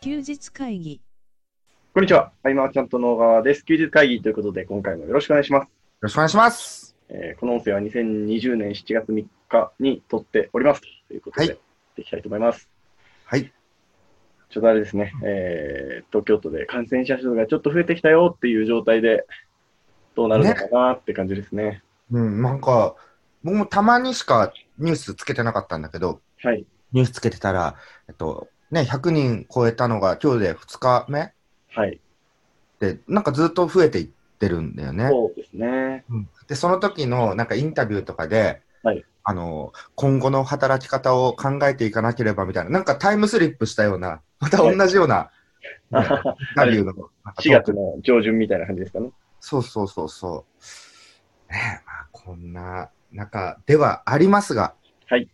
休日会議。こんにちは。相馬ちゃんと野川です。休日会議ということで、今回もよろしくお願いします。ろしくお願いします。えーこの音声は2020年7月3日に撮っております。ということで、はいやっていきたいと思います。はい。ちょっとあれですね、えー東京都で感染者数がちょっと増えてきたよっていう状態で、どうなるのかなって感じですね。うん、なんか、僕もたまにしかニュースつけてなかったんだけど、はい。ニュースつけてたら、えっと、ね、100人超えたのが今日で2日目はい。で、なんかずっと増えていってるんだよね。そうですね。で、その時のなんかインタビューとかで、はいあの、今後の働き方を考えていかなければみたいな、なんかタイムスリップしたような、また同じような、ね インタビューの。なんか4月の上旬みたいな感じですかね。そうそうそうそう。ねえ、まあ、こんな中ではありますが、はい。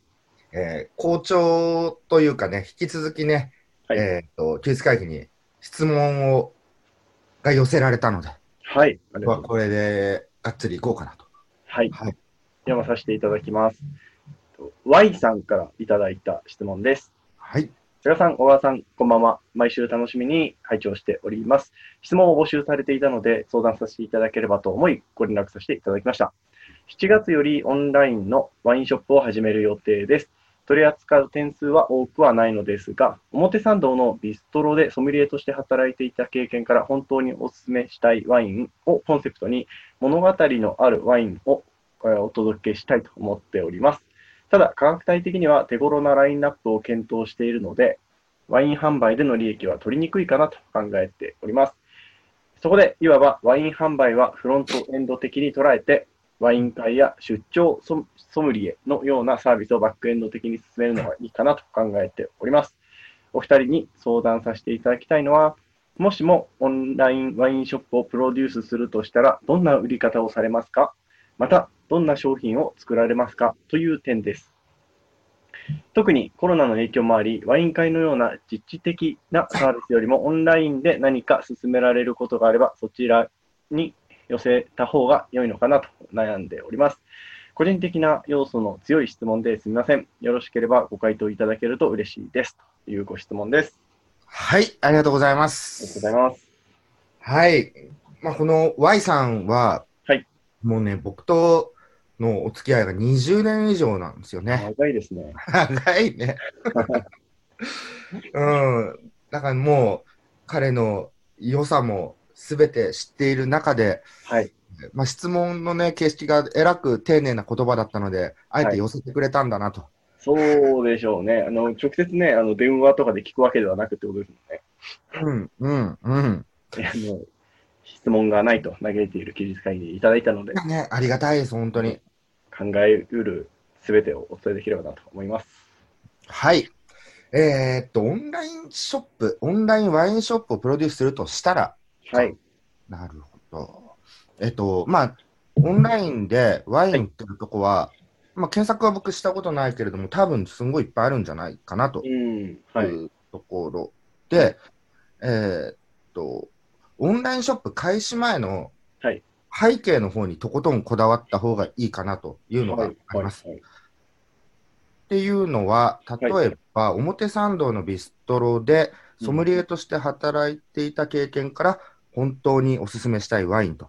えー、校長というかね、引き続きね、はいえっ、と、休日会議に質問を、が寄せられたので、はい。ありがまとうございあますこれで、がっつりいこうかなと。はい。はい読まさせていただきます。Y さんからいただいた質問です。はい。皆さん、小川さん、こんばんは。毎週楽しみに拝聴しております。質問を募集されていたので、相談させていただければと思い、ご連絡させていただきました。7月よりオンラインのワインショップを始める予定です。取り扱う点数は多くはないのですが、表参道のビストロでソムリエとして働いていた経験から本当にお勧めしたいワインをコンセプトに、物語のあるワインをえーお届けしたいと思っております。ただ、価格帯的には手頃なラインナップを検討しているので、ワイン販売での利益は取りにくいかなと考えております。そこで、いわばワイン販売はフロントエンド的に捉えて、ワイン会や出張ソムソムリエのようなサービスをバックエンド的に進めるのがいいかなと考えております。お二人に相談させていただきたいのは、もしもオンラインワインショップをプロデュースするとしたら、どんな売り方をされますかまた、どんな商品を作られますかという点です。特にコロナの影響もあり、ワイン会のような実地的なサービスよりもオンラインで何か進められることがあれば、そちらに寄せた方が良いのかなと悩んでおります。個人的な要素の強い質問ですみません。よろしければご回答いただけると嬉しいです。というご質問です。はい、ありがとうございまありがす。とうございます。はい。まあ、この Y さんは、はいもうね、僕とのお付き合いが20年以上なんですよね。長いですね。 長いね。うん。だからもう、彼の良さもすべて知っている中で、はい。まあ、質問のね、形式がえらく丁寧な言葉だったので、あえはいて寄せてくれたんだなと。そうでしょうね。あの、直接ね、あの、電話とかで聞くわけではなくってことですもんね。うん、うん、うん。あの質問がないと嘆いている休日会議でいただいたので、ね、ありがたいです、本当に。考えうるすべてをお伝えできればなと思います。はい。えーっと、オンラインショップ、オンラインワインショップをプロデュースするとしたら、はい。なるほど。えっと、まあ、オンラインでワインっていうとこは、まあ、検索は僕したことないけれども、多分すんごいいっぱいあるんじゃないかなとういん。はい。うところで、えーっと、オンラインショップ開始前のはい背景の方にとことんこだわった方がいいかなというのがあります。はい。はいっていうのは、例えば、表参道のビストロでソムリエとして働いていた経験から、本当にお勧めしたいワインと。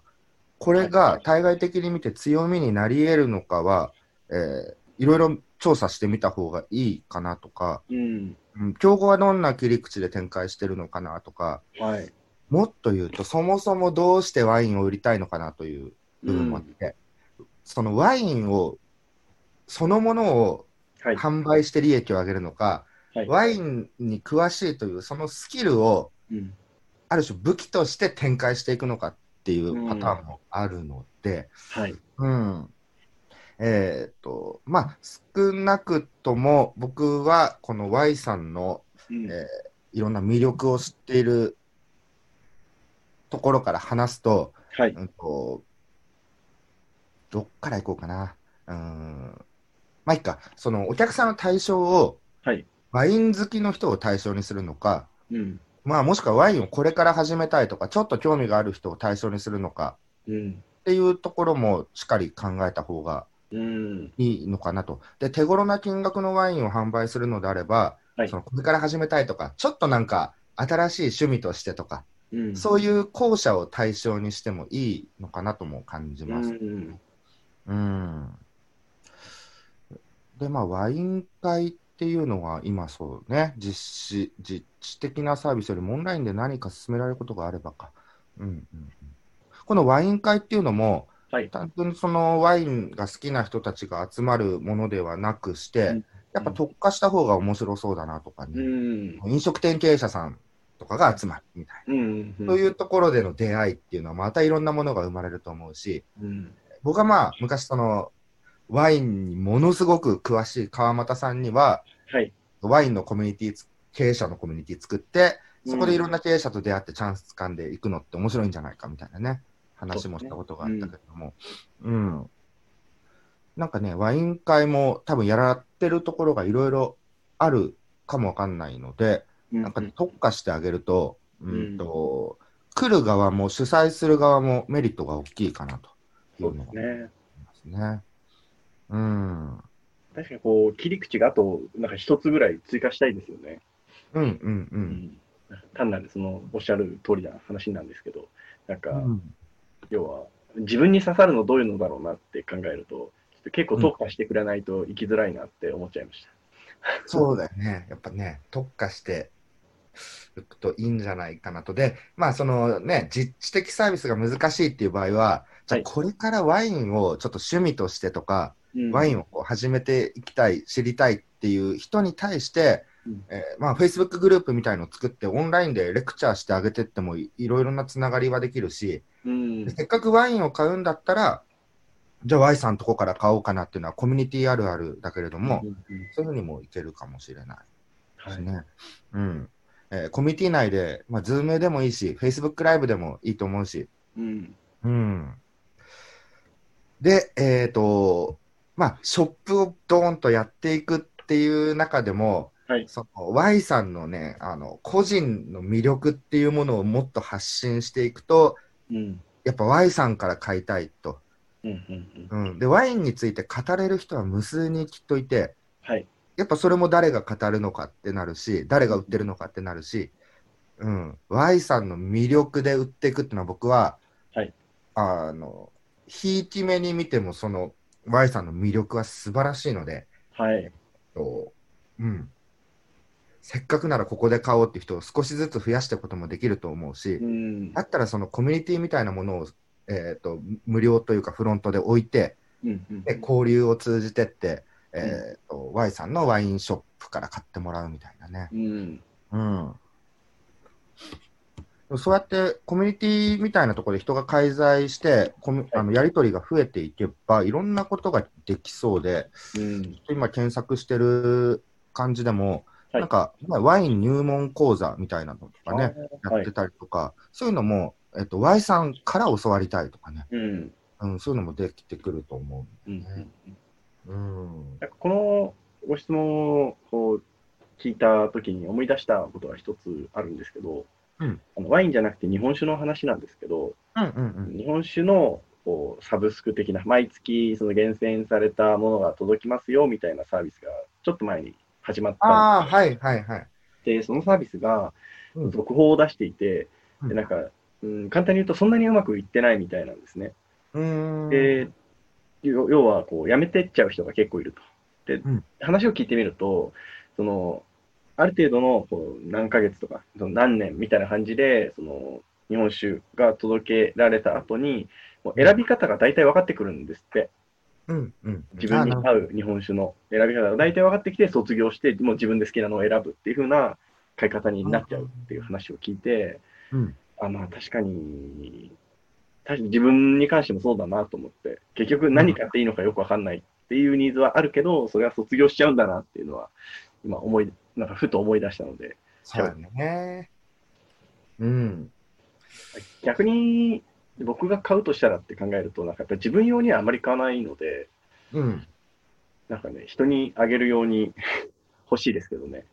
これはいはがい対外的に見て強みになり得るのかは、えーいろいろ調査してみた方がいいかなとか、うん。うん競合はどんな切り口で展開してるのかなとか、はい。もっと言うと、そもそもどうしてワインを売りたいのかなというう部分もあっん。て、そのワインを、そのものをはい。販売して利益を上げるのか、はいワインに詳しいというそのスキルをうん。ある種武器として展開していくのかっていうパターンもあるので、はい。うんえーっとまあ少なくとも僕はこの Y さんのうんえいろんな魅力を知っているところから話すと、はい。うんと、どっから行こうかな。うーん。まあ、いっか。その、お客さんの対象を、はいワイン好きの人を対象にするのか、うん。まあ、もしくはワインをこれから始めたいとか、ちょっと興味がある人を対象にするのかうん。っていうところも、しっかり考えた方がうん。いいのかなと。で、手頃な金額のワインを販売するのであれば、はいそのこれから始めたいとか、ちょっとなんか、新しい趣味としてとか、うんそういう後者を対象にしてもいいのかなとも感じます。うんうん。で、まあ、ワイン会っていうのは、今そうね、実施、実施的なサービスよりもオンラインで何か進められることがあればか。うんうんうん、このワイン会っていうのも、はい。単純にそのワインが好きな人たちが集まるものではなくして、うんやっぱ特化した方が面白そうだなとかうね、ん。飲食店経営者さんとかが集まるみたいな。うん。そういうところでの出会いっていうのは、またいろんなものが生まれると思うし、うん。僕はまあ昔そのワインにものすごく詳しい川又さんにははい。ワインのコミュニティつ経営者のコミュニティ作ってそこでいろんな経営者と出会ってチャンス掴んでいくのって面白いんじゃないかみたいなね話もしたことがあったけどもうん、なんかねワイン会も多分やらってるところがいろいろあるかもわかんないのでななんかね、特化してあげるとうんと、来る側も主催する側もメリットが大きいかなといそううでのすがね。ますね。うん。確かにこう、切り口があと、なんか一つぐらい追加したいですよね。うんうんう。うんん。単なるその、おっしゃる通りな話なんですけど、なんか、うん要は、自分に刺さるのどういうのだろうなって考えると、ちょっと結構特化してくれないと生きづらいなって思っちゃいました。そうだよね。やっぱね、特化していくといいんじゃないかなと。で、まあ、そのね、実地的サービスが難しいっていう場合は、じゃあこれからワインをちょっと趣味としてとか、うんワインをこう始めていきたい、知りたいっていう人に対して、うんえーまあ、Facebook グループみたいのを作って、オンラインでレクチャーしてあげてってもいいろいろなつながりはできるし、うん。せっかくワインを買うんだったら、じゃあ Y さんとこから買おうかなっていうのはコミュニティあるあるだけれども、うんうんそういうふうにもいけるかもしれないではすい。ね。うんえーコミュニティ内で、まあ、Zoom でもいいし、Facebook ライブでもいいと思うし、うん。うん、で、えっ、と、まあ、ショップをドーンとやっていくっていう中でも、はいその Y さんのね、あの個人の魅力っていうものをもっと発信していくと、うん。やっぱ Y さんから買いたいと。うん。うん。うん、でワインについて語れる人は無数にきっといてはい。やっぱそれも誰が語るのかってなるし誰が売ってるのかってなるし、うん、Y さんの魅力で売っていくっていうのは僕は、はいあのひいき目に見てもその Y さんの魅力は素晴らしいので、はい。とうん、せっかくならここで買おうって人を少しずつ増やしていくこともできると思うし、うん。だったらそのコミュニティみたいなものを、えー、と無料というかフロントで置いて、うんうんで交流を通じてって、えーと Y さんのワインショップから買ってもらうみたいなね、うん。うん、そうやってコミュニティみたいなところで人が介在してコミュあのやり取りが増えていけばいろんなことができそうでうん。今検索してる感じでも、はいなんかまあワイン入門講座みたいなのとかねあーやってたりとか、そういうのも、えっと Y さんから教わりたいとかね、うん。うん、そういうのもできてくると思うんうんう。うんなんかこのご質問をこう聞いたときに思い出したことが一つあるんですけど、うんあのワインじゃなくて日本酒の話なんですけど、うんうんうん。日本酒のこうサブスク的な、毎月その厳選されたものが届きますよみたいなサービスがちょっと前に始まったんああ、はいはいはい。で、そのサービスがうん続報を出していて、うんでなんか、うん、簡単に言うとそんなにうまくいってないみたいなんですね。うーん。で、要要はこう、辞めてっちゃう人が結構いると。で、うん話を聞いてみると、その、ある程度のこう何ヶ月とか、その何年みたいな感じで、その、日本酒が届けられた後に、もう選び方が大体分かってくるんですって。うんうん。自分にあーな合う日本酒の選び方が大体分かってきて、卒業して、もう自分で好きなのを選ぶっていう風な買い方になっちゃうっていう話を聞いて、うんあまあ確かに、確かに自分に関してもそうだなと思って、結局何買っていいのかよくわかんないっていうニーズはあるけど、それは卒業しちゃうんだなっていうのは、今思い、なんかふと思い出したので、そうだね。うん。逆に僕が買うとしたらって考えると、なんかやっぱり自分用にはあまり買わないので、うん。なんかね、人にあげるように 欲しいですけどね。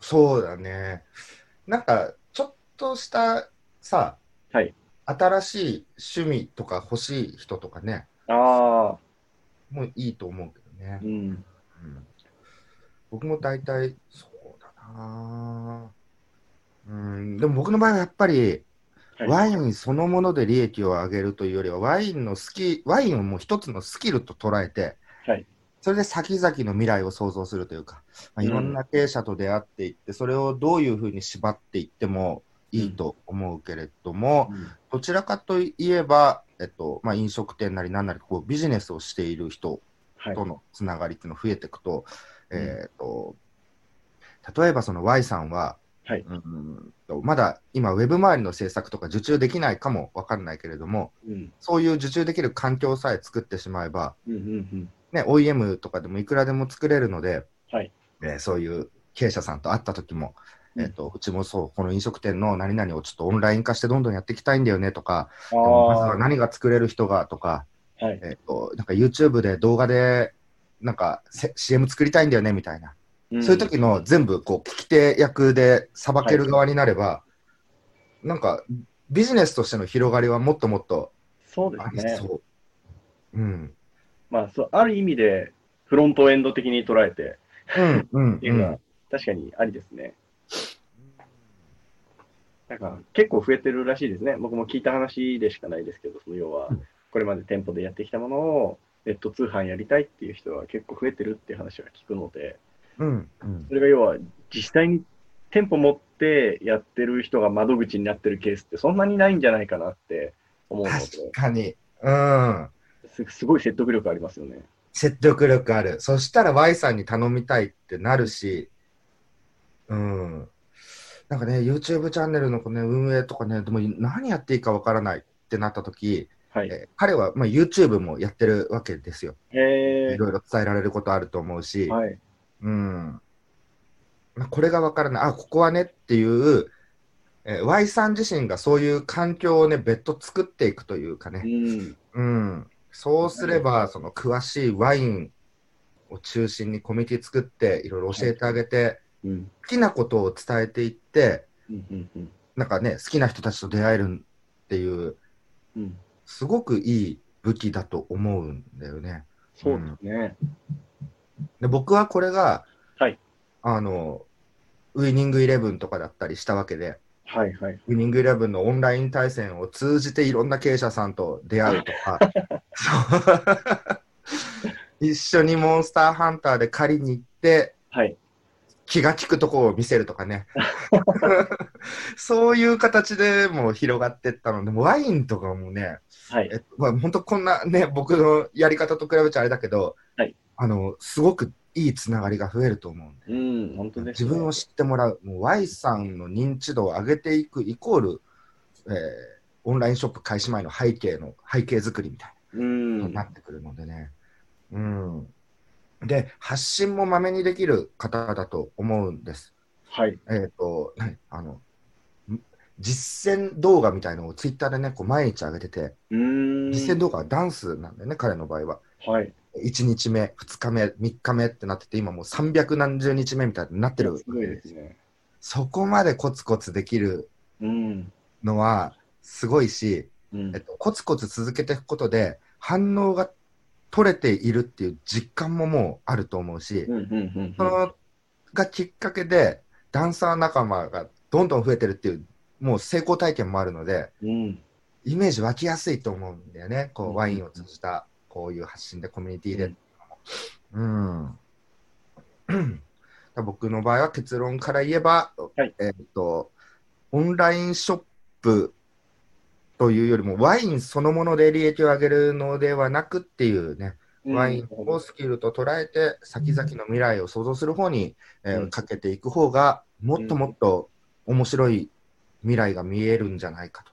そうだね。なんか、ちょっとしたさ、はい新しい趣味とか欲しい人とかね、ああ、もういいと思うけどねう。ん。うん、僕も大体、そうだな。うん、でも僕の場合はやっぱり、はいワインそのもので利益を上げるというよりは、ワインのスキワインをもう一つのスキルと捉えて、はいそれで先々の未来を想像するというか、まあ、うんいろんな経営者と出会っていって、それをどういうふうに縛っていってもいいと思うけれども、どちらかといえば、えっとまあ、飲食店なりなんなりこうビジネスをしている人はい。とのつながりっていうのが増えていくと、うんえっと例えばその Y さんは、はいうんとまだ今、ウェブ周りの制作とか受注できないかもわかんないけれども、うん。そういう受注できる環境さえ作ってしまえば、うん。うん。ね、OEM とかでもいくらでも作れるので、はいえーそういう経営者さんと会った時も、うんえーとうちもそう、この飲食店の何々をちょっとオンライン化してどんどんやっていきたいんだよねとか、あでもまずあはー。何が作れる人がとか、はい。えっとなんか YouTube で動画でなんかせ CM 作りたいんだよねみたいな、んそういう時の全部こう聞き手役でさばける側になれば、なんかビジネスとしての広がりはもっともっとそうでありすね。そう。 うんまあ、そうある意味で、フロントエンド的に捉えてうんうんっていううのはん、確かにありですね。なんか、結構増えてるらしいですね。僕も聞いた話でしかないですけど、その要はうん、これまで店舗でやってきたものを、ネット通販やりたいっていう人は結構増えてるっていう話は聞くので、うんうんそれが要は、実際に店舗持ってやってる人が窓口になってるケースってそんなにないんじゃないかなって思うの確で、かに、うん、すすごい説得力ありますよね。説得力あるそしたら Y さんに頼みたいってなるしうんなんかね YouTube チャンネルのこうね運営とかねでも何やっていいかわからないってなった時、はい。えー彼は、まあ、YouTube もやってるわけですよえいろいろ伝えられることあると思うし、ー、はい。うんまあ、これがわからないあここはねっていう、えー Y さん自身がそういう環境をね別途作っていくというかね、うん。うん、そうすれば、その詳しいワインを中心にコミュニティ作って、いろいろ教えてあげて、うん。好きなことを伝えていって、うん。うんうん。なんかね、好きな人たちと出会えるっていう、うん。すごくいい武器だと思うんだよね。そうですね。で僕はこれが、はいあのウイニングイレブンとかだったりしたわけで、はいはい。ウイニングイレブンのオンライン対戦を通じていろんな経営者さんと出会うと か、そう一緒にモンスターハンターで狩りに行って、はい。気が利くところを見せるとかね。 そういう形でもう広がってったので、もうワインとかもね、はいえ。っとまあ、本当こんなね、僕のやり方と比べちゃあれだけど、はいあの、すごくいいつながりが増えると思うんでうん、本当です、自分を知ってもらう、もう Y さんの認知度を上げていくイコール、えーオンラインショップ開始前の背景の背景作りみたいうなのんにな。ってくるのでね。うんで、発信もまめにできる方だと思うんです。はい。えっ、と、ねあの、ん実践動画みたいのをツイッターでね、こう毎日上げてて、うーん。実践動画はダンスなんだよね、彼の場合は。はい。 1日目、2日目、3日目ってなってて、今もう300何十日目みたいになってる。すごいですね。そこまでコツコツできるうん。のはすごいし、うんえっ。と、コツコツ続けていくことで反応が取れているっていう実感ももうあると思うし、うんうんうんそのがきっかけでダンサー仲間がどんどん増えてるっていうもう成功体験もあるのでうん。イメージ湧きやすいと思うんだよねこうんうワインを通じたこういう発信でコミュニティで。うんだから僕の場合は結論から言えば、はいえーっと、オンラインショップというよりも、ワインそのもので利益を上げるのではなくっていうね、うんワインをスキルと捉えて、先々の未来を想像する方に、えーうんかけていく方が、もっともっと面白い未来が見えるんじゃないかと。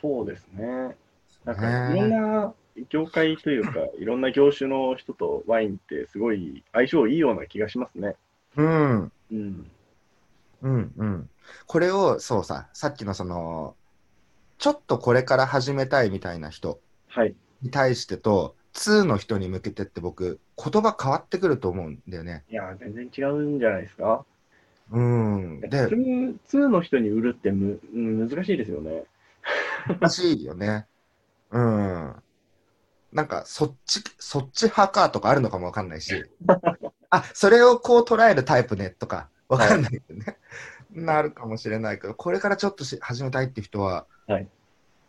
そうですね。なんか、いろんねな業界というか、いろんな業種の人とワインってすごい相性いいような気がしますね。うんうん。うんうん、これをそうささっきのそのちょっとこれから始めたいみたいな人はい。に対してと2の人に向けてって僕言葉変わってくると思うんだよね。いや、全然違うんじゃないですか。うん、普で通、通の人に売るってむ、うん難しいですよね。難しいよね。うん、なんかそっちそっち派かとかあるのかも わかんないしあそれをこう捉えるタイプねとかわかんないよね。なるかもしれないけど、これからちょっとし始めたいって人は、はい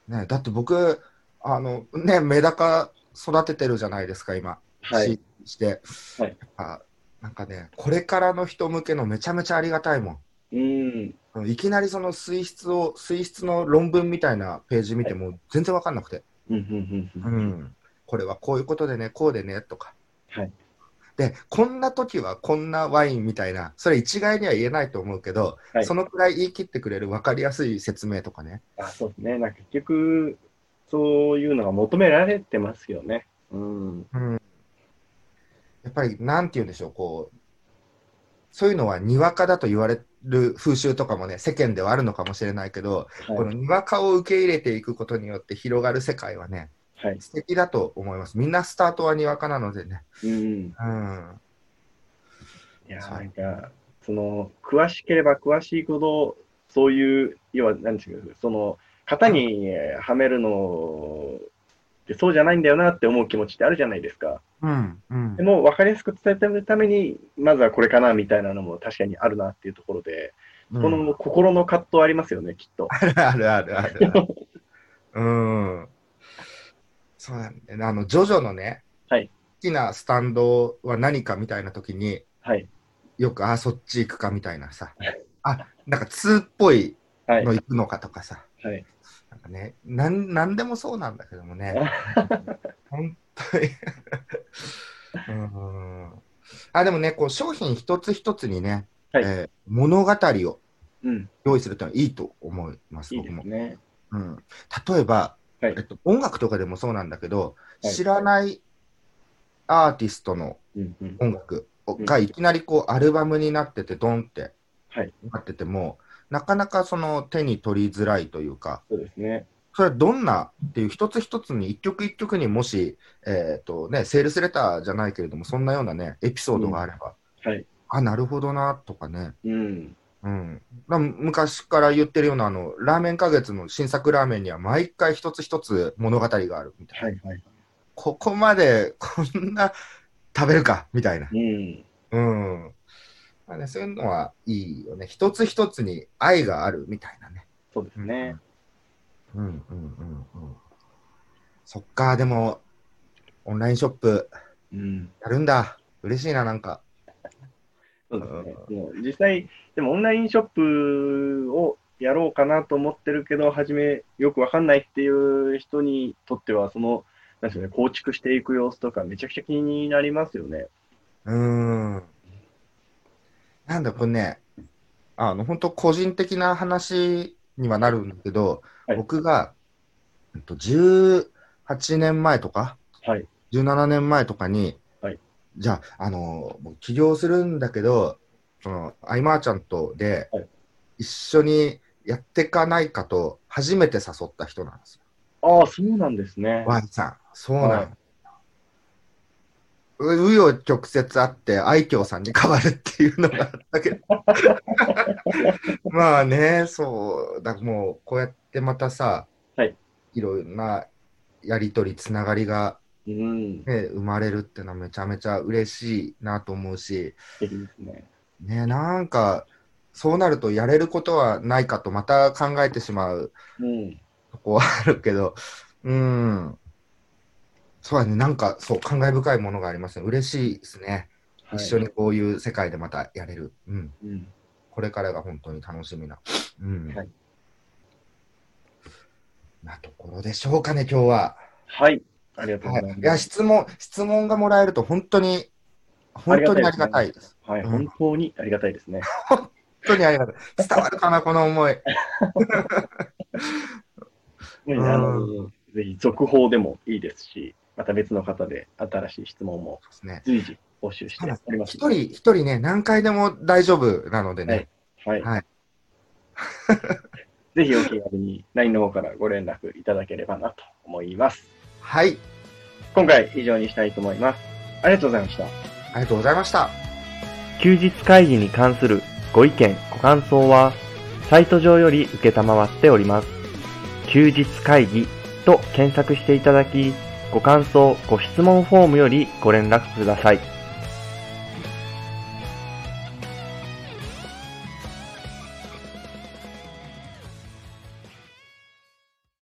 ね、だって僕、あのね、メダカ育ててるじゃないですか、今、はい。しして、はいあなんかね、これからの人向けのめちゃめちゃありがたいもん。うん。いきなりその水質を、水質の論文みたいなページ見ても全然わかんなくて、うん、うん、うん。うん、これはこういうことでね、こうでねとか、はいで、こんな時はこんなワインみたいな、それ一概には言えないと思うけど、はいそのくらい言い切ってくれる分かりやすい説明とかね、あ、そうですね。なんか結局、そういうのが求められてますよね。うん。やっぱりなんて言うんでしょう、こう、そういうのはにわかだと言われる風習とかもね、世間ではあるのかもしれないけど、はいこのにわかを受け入れていくことによって広がる世界はね、はい。素敵だと思います。みんなスタートはにわかなのでね。うん。うん。いやー、はないんか、その、詳しければ詳しいほど、そういう、要は、なんですか、その、型にえーはめるのって、そうじゃないんだよなって思う気持ちってあるじゃないですか。うん。うんでも、分かりやすく伝えるために、まずはこれかな、みたいなのも確かにあるなっていうところで、うん この心の葛藤ありますよね、きっと。あるあるあるある。うん。そうなんだよね。あの、ジョジョのね、はい好きなスタンドは何かみたいな時に、はい。よく、あ、そっち行くかみたいなさ、あ、なんか2っぽいはい。の行くのかとかさ、はい。なんかね、なん、なんでもそうなんだけどもね、 本当に うん。あ、でもね、こう、商品一つ一つにね、はいえー物語をうん。用意するってのはいいと思います、いい僕でもす。ね。うん、例えば、はいえっと、音楽とかでもそうなんだけど、はい知らないアーティストのうん。うん。音楽をうんがいきなりこうアルバムになっててドンってはいなってても、なかなかその手に取りづらいというかそうですね。それはどんなっていう一つ一つに一曲一曲にもし、えーとね、セールスレターじゃないけれどもそんなようなねエピソードがあれば、はい。あなるほどなとかね、うん。うん、まあ昔から言ってるようなあのラーメン花月の新作ラーメンには毎回一つ一つ物語があるみたいな、はい。はい。ここまでこんな食べるかみたいな、うん。うんまあね、そういうのはいいよね一つ一つに愛があるみたいなねそうですね。うんうんうんうんそっかでもオンラインショップうん。やるんだ嬉しいななんかそうですね。もう実際、でもオンラインショップをやろうかなと思ってるけど、初めよくわかんないっていう人にとっては、その、なんですかね、構築していく様子とか、めちゃくちゃ気になりますよね。うん。なんだ、これね、あの、本当個人的な話にはなるんだけど、はい僕が、えっと、18年前とか、はい。 17年前とかに、はいじゃあ、あの、もう起業するんだけど、その、アイマーちゃんとではい、一緒にやってかないかと、初めて誘った人なんですよ。ああ、そうなんですね。ワンさん、そうはないん。う紆余曲折あって、愛嬌さんに変わるっていうのがあっ たけど。まあね、そう、だからもう、こうやってまたさ、はい、ろんなやりとり、つながりが、うん。ね、生まれるってのはめちゃめちゃ嬉しいなと思うし、素敵ですね。ね、なんか、そうなるとやれることはないかとまた考えてしまううん。とこはあるけど、うん。そうだね、なんか、そう、感慨深いものがありますね。嬉しいですね。はい一緒にこういう世界でまたやれる。うん。うん。これからが本当に楽しみな。うん。はいなところでしょうかね、今日は。はい。ありがとうごはざいい。いまや、す。質問、質問がもらえると本当に、本当にありがたいです。はい。うん本当にありがたいですね。本当にありがたい。伝わるかな、この思い。ねうんあのぜひ続報でもいいですし、また別の方で新しい質問もそうですね。随時募集しております一の人、で。一人ね、何回でも大丈夫なのでね。はいはい。はい ぜひお気軽に LINE の方からご連絡いただければなと思います。はい。今回以上にしたいと思います。ありがとうございました。ありがとうございました。休日会議に関するご意見、ご感想は、サイト上より受けたまわっております。休日会議と検索していただき、ご感想、ご質問フォームよりご連絡ください。